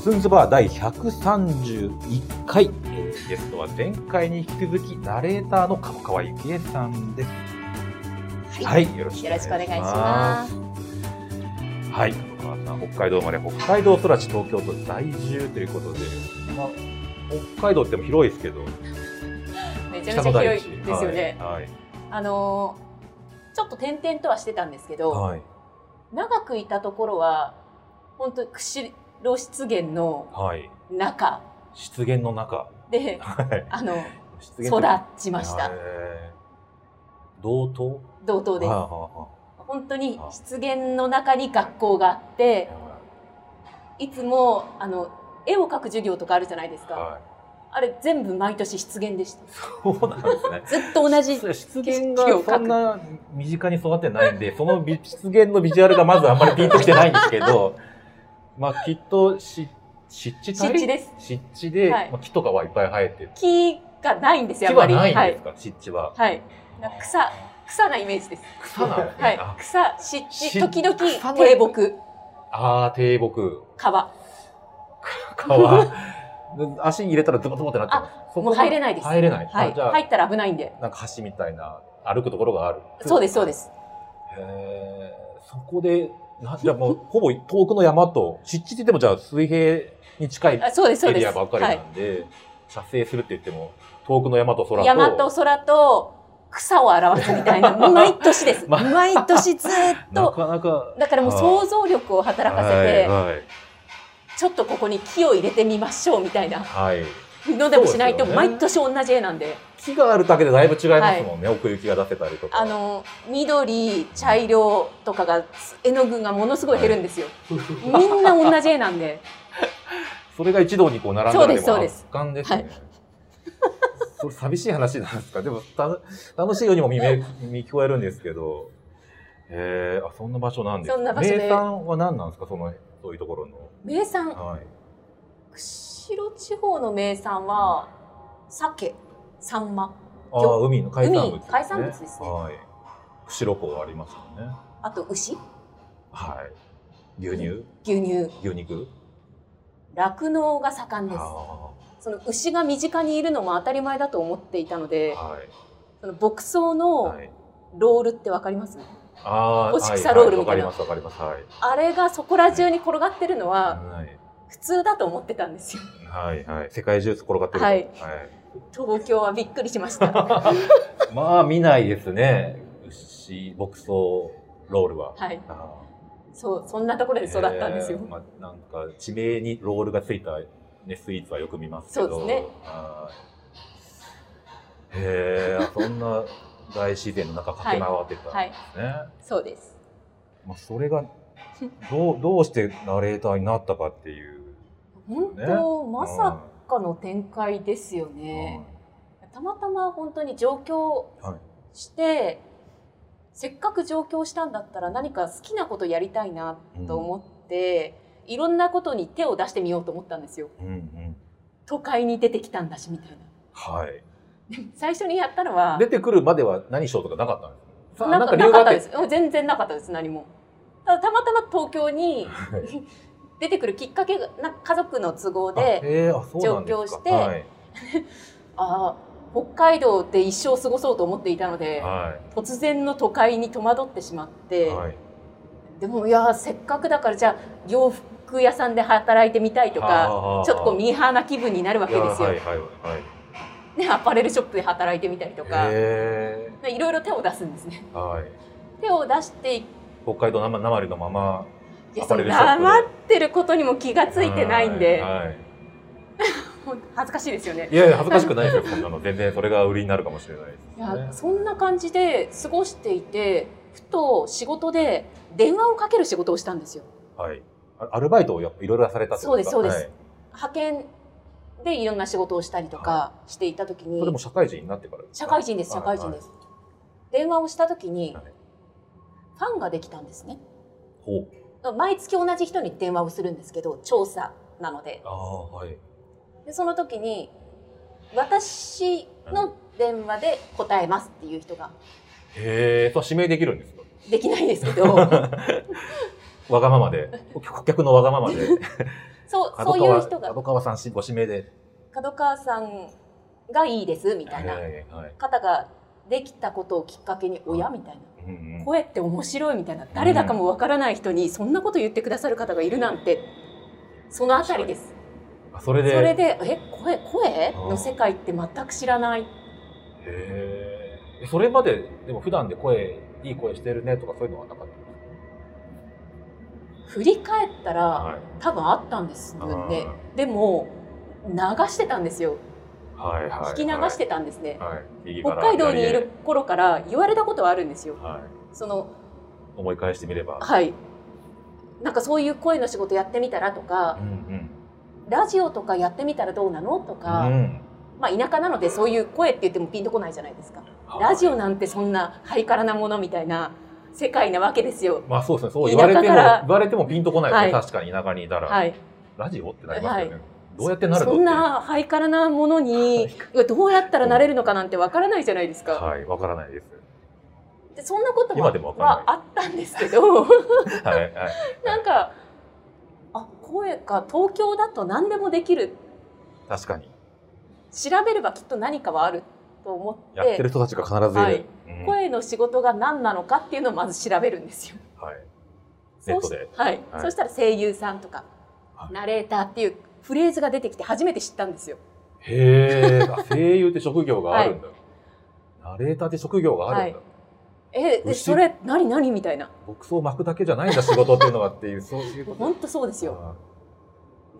スンズバー第131回、えーゲストは前回に引き続きナレーターの鴨川幸恵さんです。はい、よろしくお願よろいししくお願いしまますす。。はい、鴨川さん、北海道生まれ、北海道育ち、東京都在住ということで、まあ、北海道っても広いですけど、めち北ゃめちのゃ大広地いですよね。はい。あのーちょっと転々とはしてたんですけど、はい。長くいたところは本当釧路湿原のはい。はい中湿原の中。で、はい。あの湿育原ちました。へー道東同等ではあす。は本当に湿原の中に学校があってあ、はいつもあの絵を描く授業とかあるじゃないですあか。はい。あれ全部毎年湿原でした。そうなん ですね。ずっと同じ。湿原がそん景色をな身近に育ってないんで、その び湿原のビジュアルがまずあんまりピンときてないんですけど、 まあきっとし湿地帯湿地です。湿地で、はいまあ、木とかはいっぱい生えてる。木がないんですよ。木あんまはり。ないんはいです。か、湿地は。はい。なんか草、草なイメージです。草なんですね。はいあ。草、湿地、湿時々草の低木、あー、低木。川。川。 足に入れたらズボズボってなってますそこもうが入れないです。入れない。はあい。じゃあ、入ったら危ないんで。なんか橋みたいな歩くところがある。。そうです、そうですす。へーそこで、なじゃあもう、ほぼ遠くの山と、湿地って言ってもじゃあ水平に近いあそうです、そうエです。リアばっかりは。ないんで、射精するって言っても、遠くの山と空と。山と空と草を表すみた いな、毎年です。ま毎年ずっなと。かなか。だからもう想像力を働かせて、はい、はい。ちょっとここに木を入れてみましょうみたいなはい。のでもしないと、そうですよね毎年同じ絵なんで。木があるだけでだいぶ違いますもんね、奥行きが出せたりとか。あの緑茶色とかが絵の具がものすごい減るんですよ、みんな同じ絵なんで それが一堂にこう並んだらでもそうです圧巻ですね。 それ寂しい話なんですかでもた楽しいようにも見え見聞こえるんですけど。へえ、あそんな場所なんです。そんな場所で名産は何なんですかそのそういうところの。名産はい。釧路地方の名産は鮭サンマああ海の海産物、海海産物ですねはい。釧路港ありますよね。あと牛はい。牛乳、牛乳牛肉。酪農が盛んですあその牛が身近にいるのも当たり前だと思っていたのあではい。その牧草のはい。ロールってわかります、ああ干し草ロールみたいなはいはいわ、かりますわかりまあれがそこら中に転がってるのす。ははい。普通だと思ってたんですよはいはい。世界中転がってる。はいはい東京はびっくりしました まあ見ないですね。牛、牧草、ロールは。はいあそうそんなところーで育ったんですよ、えーまあ、なんか地名にロールがついた、ね、スイーツはよく見ますけど。そうですねはいへえ、そんな大自然の中駆け回ってたんはいですね。そうですまあ、それがどうどうしてナレーターになったかっていう。本ね当、まさかの展開ですよね、たまたま本当に上京はいしてせっかく上京したんだったら何か好きなことやりたいなと思って、いろんなことに手を出してみようと思ったんですようん。うんうん。都会に出てきたんだしみたいなはい。最初にやったのは出てくるまでは何しようとかなかったんですか。なか理由ながかあったてですうん全然なかったです何もただたまたま東京に出てくるきっかけがな家族の都合あでへえあそうなんですか上京してはいああ北海道で一生過ごそうと思っていたので、は突然の都会に戸惑ってしまっいて、はいでもいやせっかくだからじゃあ洋服屋さんで働いてみたいとかはあちょっとこうミーハーな気分になるわけですよ、いやはいはいはいね、アパレルショップで働いてみたりとか、へでいろいろ手を出すんですねえはい手を出してい北海道なまなまりのままやアパそレのルショップで黙ってることにも気がついてないんで、はいはいもう恥ずかしいですよねいやいや恥ずかしくない ですよこんなの全然それが売りになるかもしれないいやですねそんな感じで過ごしていてふと仕事で電話をかける仕事をしたんですよはいあアルバイトをやっぱいろいろされたってことかそうですそうですはい派遣でいろんな仕事をしたりとかしていた時に、それも社会人になってからです社か会人ですは社いはい会人です、電話をした時に、はいファンができたんですねほう毎月同じ人に電話をするんですけど調査なのでああはいでその時に私の電話で答えますっていう人がへえそう指名できるんですか できないですけどわがままで顧客のわがままで そう角そういう川人が角川さんしご指名で。角川さんがいいですみたいなええはい方ができたことをきっかけに親みたいなうんうん声って面白いみたいな誰だかもわからない人にそんなこと言ってくださる方がいるなんてそのあたりですあそれそで。れへでえ声声うんの世界って全く知らないえそれまででも普段で声いい声してるねとかそういうのはなかったんです振り返っかたらはい。多分あったんです自分であでも流してたんですよはいはいはい。聞き流してたんですねはい。右か北ら海道にい左へる。頃から言われたことはあるんですよはい。その思い返してみれば。はいなんかそういう声の仕事やってみたらとかうんうん。ラジオとかやってみたらどうなのとか、うんまあ、田舎なのでそういう声って言ってもピンとこないじゃないですかはいラジオなんてそんなハイカラなものみたいな世界なわけですよ。まあそうですね。そう言われて田も舎から言われてもピンとこないですね。はい確かに田舎にいたら、はい、ラジオってなりますよね。どうやってなるのそんなハイカラなものにどうやったらなれるのかなんてわからないじゃないですか。はい、わからないです。でそんなことも今でもわからないまああったんですけど はいはい。なんかあ声か東京だと何でもできる確かに調べればきっと何かはあると思ってやってる人たちが必ずいる。はいうん声の仕事が何なのかっていうのをまず調べるんですよ。はいネットでそうしはいはいそうしたら声優さんとか、はいナレーターっていうフレーズが出てきて初めて知ったんですよ。へえ。あ声優って職業があるんだ。ナレーターって職業があるんだ。え牛えそれ何何みたいな牧草を巻くだけじゃないんだ仕事っていうのはっていうそういうこと本当そうですよあ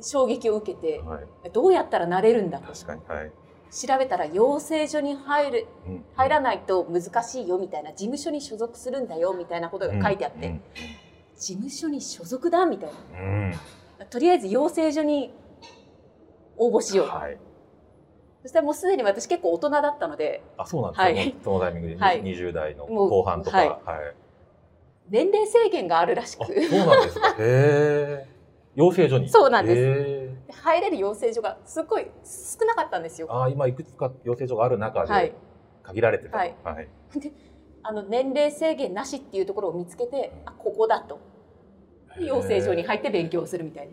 衝撃を受けてーはい、どうやったらなれるんだ確かにはい。調べたら養成所に入るうん入らないと難しいよみたいな事務所に所属するんだよみたいなことが書いてあって、うん事務所に所属だみたいうんうんなとりあえず養成所に応募しよう、はい。そしたらもうすでに私結構大人だったのであ、そうなんですか、はいそのタイミングで、はい20代のもう後半とか。ははいい。年齢制限があるらしあ、くそうなんです か。へえ。養成所に。そうなんですへで入れる養成所がすごい少なかったんですーよ。あー今いくつか養成所がある中はでい、限られてた。はいはい。あの年齢制限なしっていうところを見つけてあここだとで養成所に入って勉強するみたいな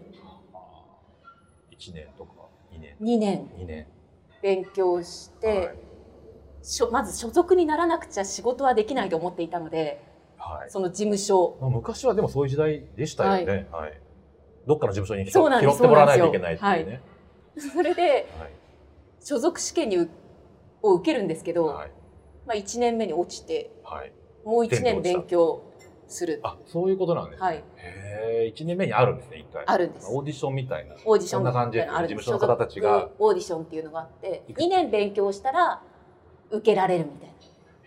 1年とか2年2年2年勉強して、しょまず所属にならなくちゃ仕事はできないと思っていたのではいはいその事務所 まあ、昔はでもそういう時代でしたよね、はいどっかの事務所にそうなんです拾ってもらわないといけないっていうねそれではい所属試験にうを受けるんですけど、はいまあ、1年目に落ちてはいもう1年全部勉落ち強するあそういうことなんですね、はいへえ1年目にあるんですね一回あるんですオーディションみたいなオーディションそんな感じでみたいのあるんです事務所の方たちが所属オーディションっていうのがあっていくつ2年勉強したら受けられるみたいな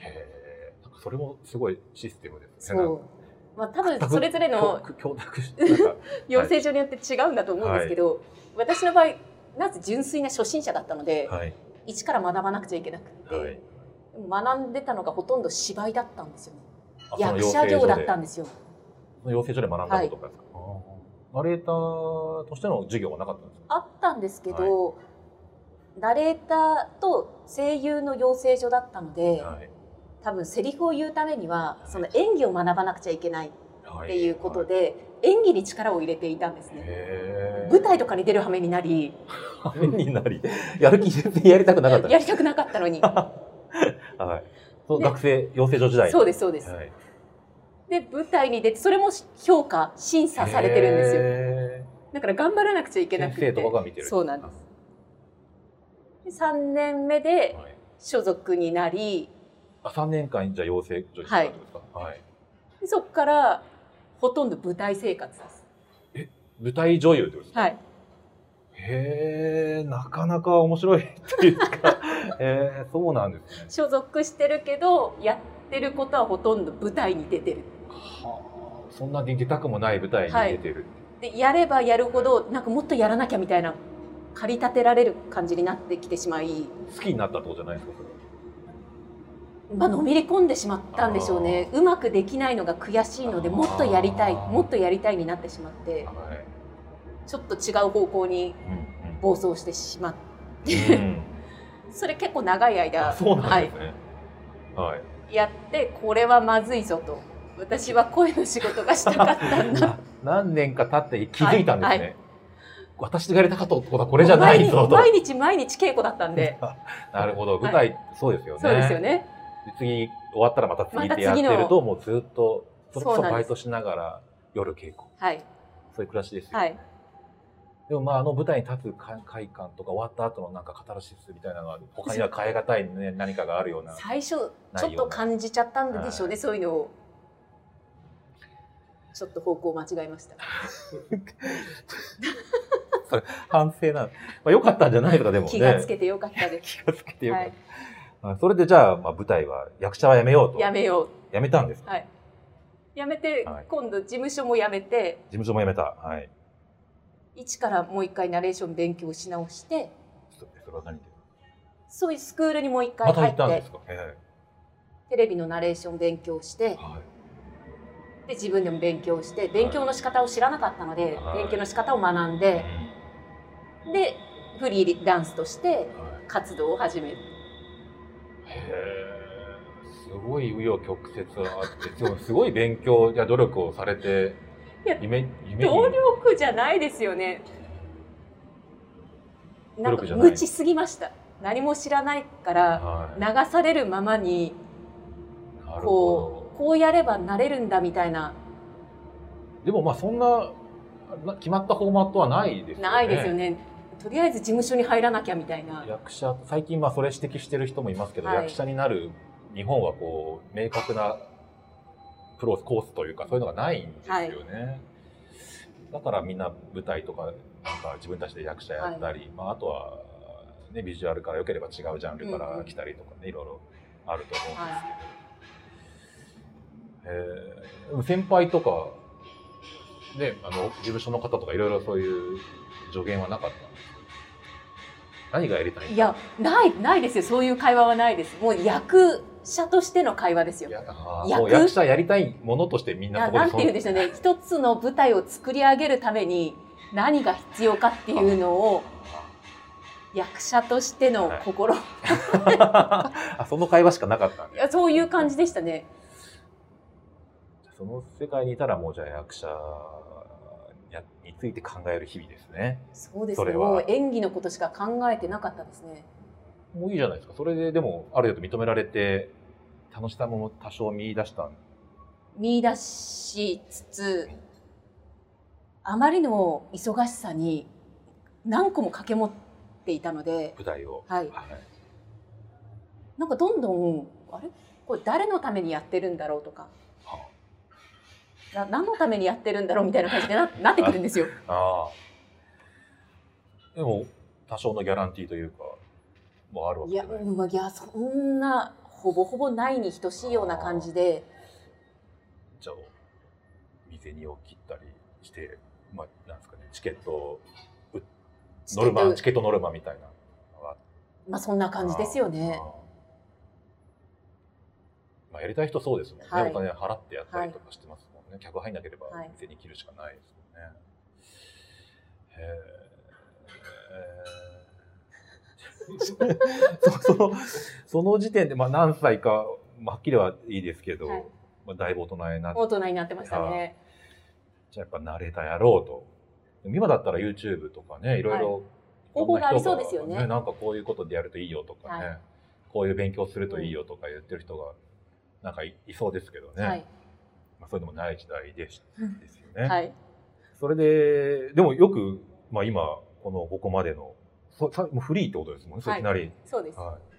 へえなんかそれもすごいシステムですねなんかそうまあ多分それ ぞれのきょきょ教託し なんか養成所によって違うんだと思うんですけど、私の場合なぜ純粋な初心者だったので、はい一から学ばなくちゃいけなくて、はいでも学んでたのがほとんど芝居だったんですよねあその役養成者業所だでったんですよその養成所で学んだことがですか、ナレーターとしての授業はなかったんですかあったんですけど、ナレーターと声優の養成所だったので、はい多分セリフを言うためにははいその演技を学ばなくちゃいけないっはていうことで、演技に力を入れていたんですねへー 舞台とかに出る羽目になり羽目になり、やる気全然やりたくなかったやでりたくなかったのにす。はい。そうで学生養成所時代。そうでですそうです、はい。で舞台に出てそれも評価審査されてるんですよへだから頑張らなくちゃいけーな先くて生とかが見てる。そうなんですで3年目ではい所属になりあ、三年間じゃ養成所にいたんですか。はい。でそこからほとんど舞台生活です舞台女優ってことですか。はいへえ、なかなか面白いっていうか、 えー、そうなんですね。所属してるけどやってることはほとんど舞台に出てるはあ、そんなに出たくもない舞台に出てる。でやればやるほどなんかもっとやらなきゃみたいな駆り立てられる感じになってきてしまい、好きになったってことじゃないですか。それはまあ、のめり込んでしまったんでしょうねうまくできないのが悔しいのでもっとやりたいあーもっとやりたいになってしまってはい。ちょっと違う方向にうん暴走してしまってうん。うん。それ結構長いあ間そうなんですね。はいはい、やってこれはまずいぞと私は声の仕事がしたかったんだ何年か経って気づいたんですね。私がやりたかったことはこれじゃないぞと。毎日毎日稽古だったんでなるほど、い舞台、そうですよね。そうですよねで次終わったらまた次っまたてやって次るのと、もうずっと、それこそそうなんですバイトしながら夜稽古。はいそういう暮らしですよ。はいでもまああの舞台に立つか快感とか終わった後のなんかカタルシスみたいなのは他には変え難い、ね、何かがあるような。最初ちょっと感じちゃったんでしょうね、そういうのをちょっと方向間違えました反省なの。まあ良かったんじゃないとかでもね。気がつけてよかっ たです、気がつけてよかはっい、た。あそれでじゃあまあ舞台は役者はやめようと。やめよやめたんですうか、はいやめて、はい今度事務所もやめて事務所もやめた。はい。一からもう一回ナレーション勉強し直してそそれは何でそういうスクールにもう一回また入行っったんでてすか、えテレビのナレーション勉強してえはい。で自分でも勉強して勉強の仕方を知らなかったので、はい勉強の仕方を学んででフリーダンスとしてうんはい活動を始めるへーすごい紆余曲折があって、でもすごい勉強や努力をされていや、夢、夢に努力じゃないですよねなん努か力じゃない無知すぎました何も知らないからはい流されるままになるほこうこうやればなれるんだみたいなど。でもまあそんなな決まったフォーマットはないですよね。ないですよねとりあえず事務所に入らなきゃみたいな役者最近まあそれ指摘してる人もいますけど、はい役者になる日本はこう明確なプロコースというかそういうのがないんですよね、だからみんな舞台とかなんか自分たちで役者やったり、まあ、あとは、ね、ビジュアルから良ければ違うジャンルかうんうらん来たりとかね、いろいろあると思うんですけど、えーでも先輩とか、ね、あの事務所の方とかいろいろそういう助言はなかったんですか何がやりたいんですかいやないないですよそういう会話はないですもう役者としての会話ですよいやあー役もう役者やりたいものとしてみんななそこなでんて言うんでしょうね一つの舞台を作り上げるために何が必要かっていうのを役者としての心、い、 あその会話しかなかったんでやそういう感じでしたねその世界にいたらもうじゃあ役者やについて考える日々ですねそうですそねれはもう演技のことしか考えてなかったですねもういいじゃないですかそれででもある程度認められて楽しさも多少見出したん見出しつつあまりの忙しさに何個も掛け持っていたので、舞台を、はい、はいなんかどんどんあれこれ誰のためにやってるんだろうとかはな何のためにやってるんだろうみたいな感じでななってくるんですよ。ああでも多少のギャランティーというかもあるわけいじやゃないうんいやそんなほぼほぼないに等しいような感じでじゃあ水にを切ったりして、まあ、なんですかねチケットをノルマ、チケットノルマみたいなのがあってまあ、そんな感じですよねあ。ーまあ、やりたい人そうですもんね、はいお金払ってやったりとかしてますもんね、客入んなければはい店に切るしかないですもんね、へえ そそのその時点で、まあ、何歳かまあはっきりはいいですけど、はいまあ、だいぶ大人になって大人になってましたね。じゃあやっぱ慣れたやろうと。でも今だったら YouTube とかね、いろいろ、方法がありそうですよねいろんな人がなんかこういうことでやるといいよとかね、はいこういう勉強するといいよとか言ってる人が、なんかいいそうですけどね。はい、まあそういうのもない時代でしうんですよね。はい、それで、でもよく、まあ今、このここまでの、そさもうフリーってことですもんね、そうはいいきなり。そうです。はい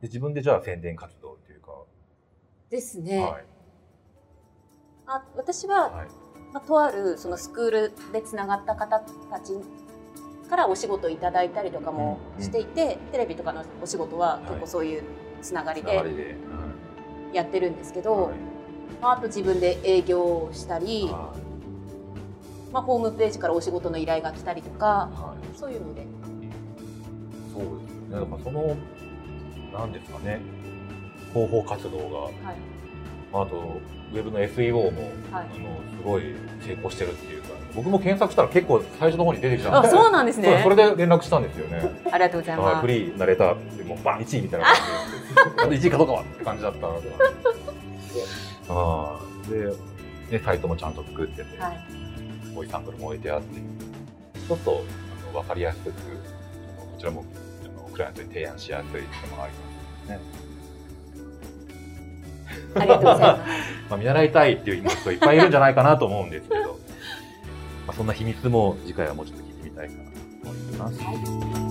で自分でじゃあ宣伝活動っていうか、ですね。はい。あ私は、はいまあ、とあるそのスクールでつながった方たちからお仕事をいただいたりとかもしていて、テレビとかのお仕事は結構そういうつながりつながでりで。はいやってるんですけど、はいまあ、あと自分で営業をしたり、はまあ、ホームページからお仕事の依頼が来たりとかいはいそういうのでそうですね。だからその、なんですかね、広報活動が、はいまあ、あと、ウェブの SEO も、はいあの、すごい成功してるっていうか、僕も検索したら結構最初の方に出てきたんあで、そうなんですそうですねそれで連絡したんですよね。ありがとうございあまフすリーなれたって、もうバン1位みたい な感じで、1位かどうかはって感じだったので。ああで、ね、サイトもちゃんと作ってて、はいこういうサンプルも置いてあって、ちょっと、あの分かりやすくこちらもあのクライアントに提案しやすいのもありますね。ありがとうございます。まあ見習いたいっていう人いっぱいいるんじゃないかなと思うんですけど、まあそんな秘密も次回はもうちょっと聞いてみたいかなと思います。はい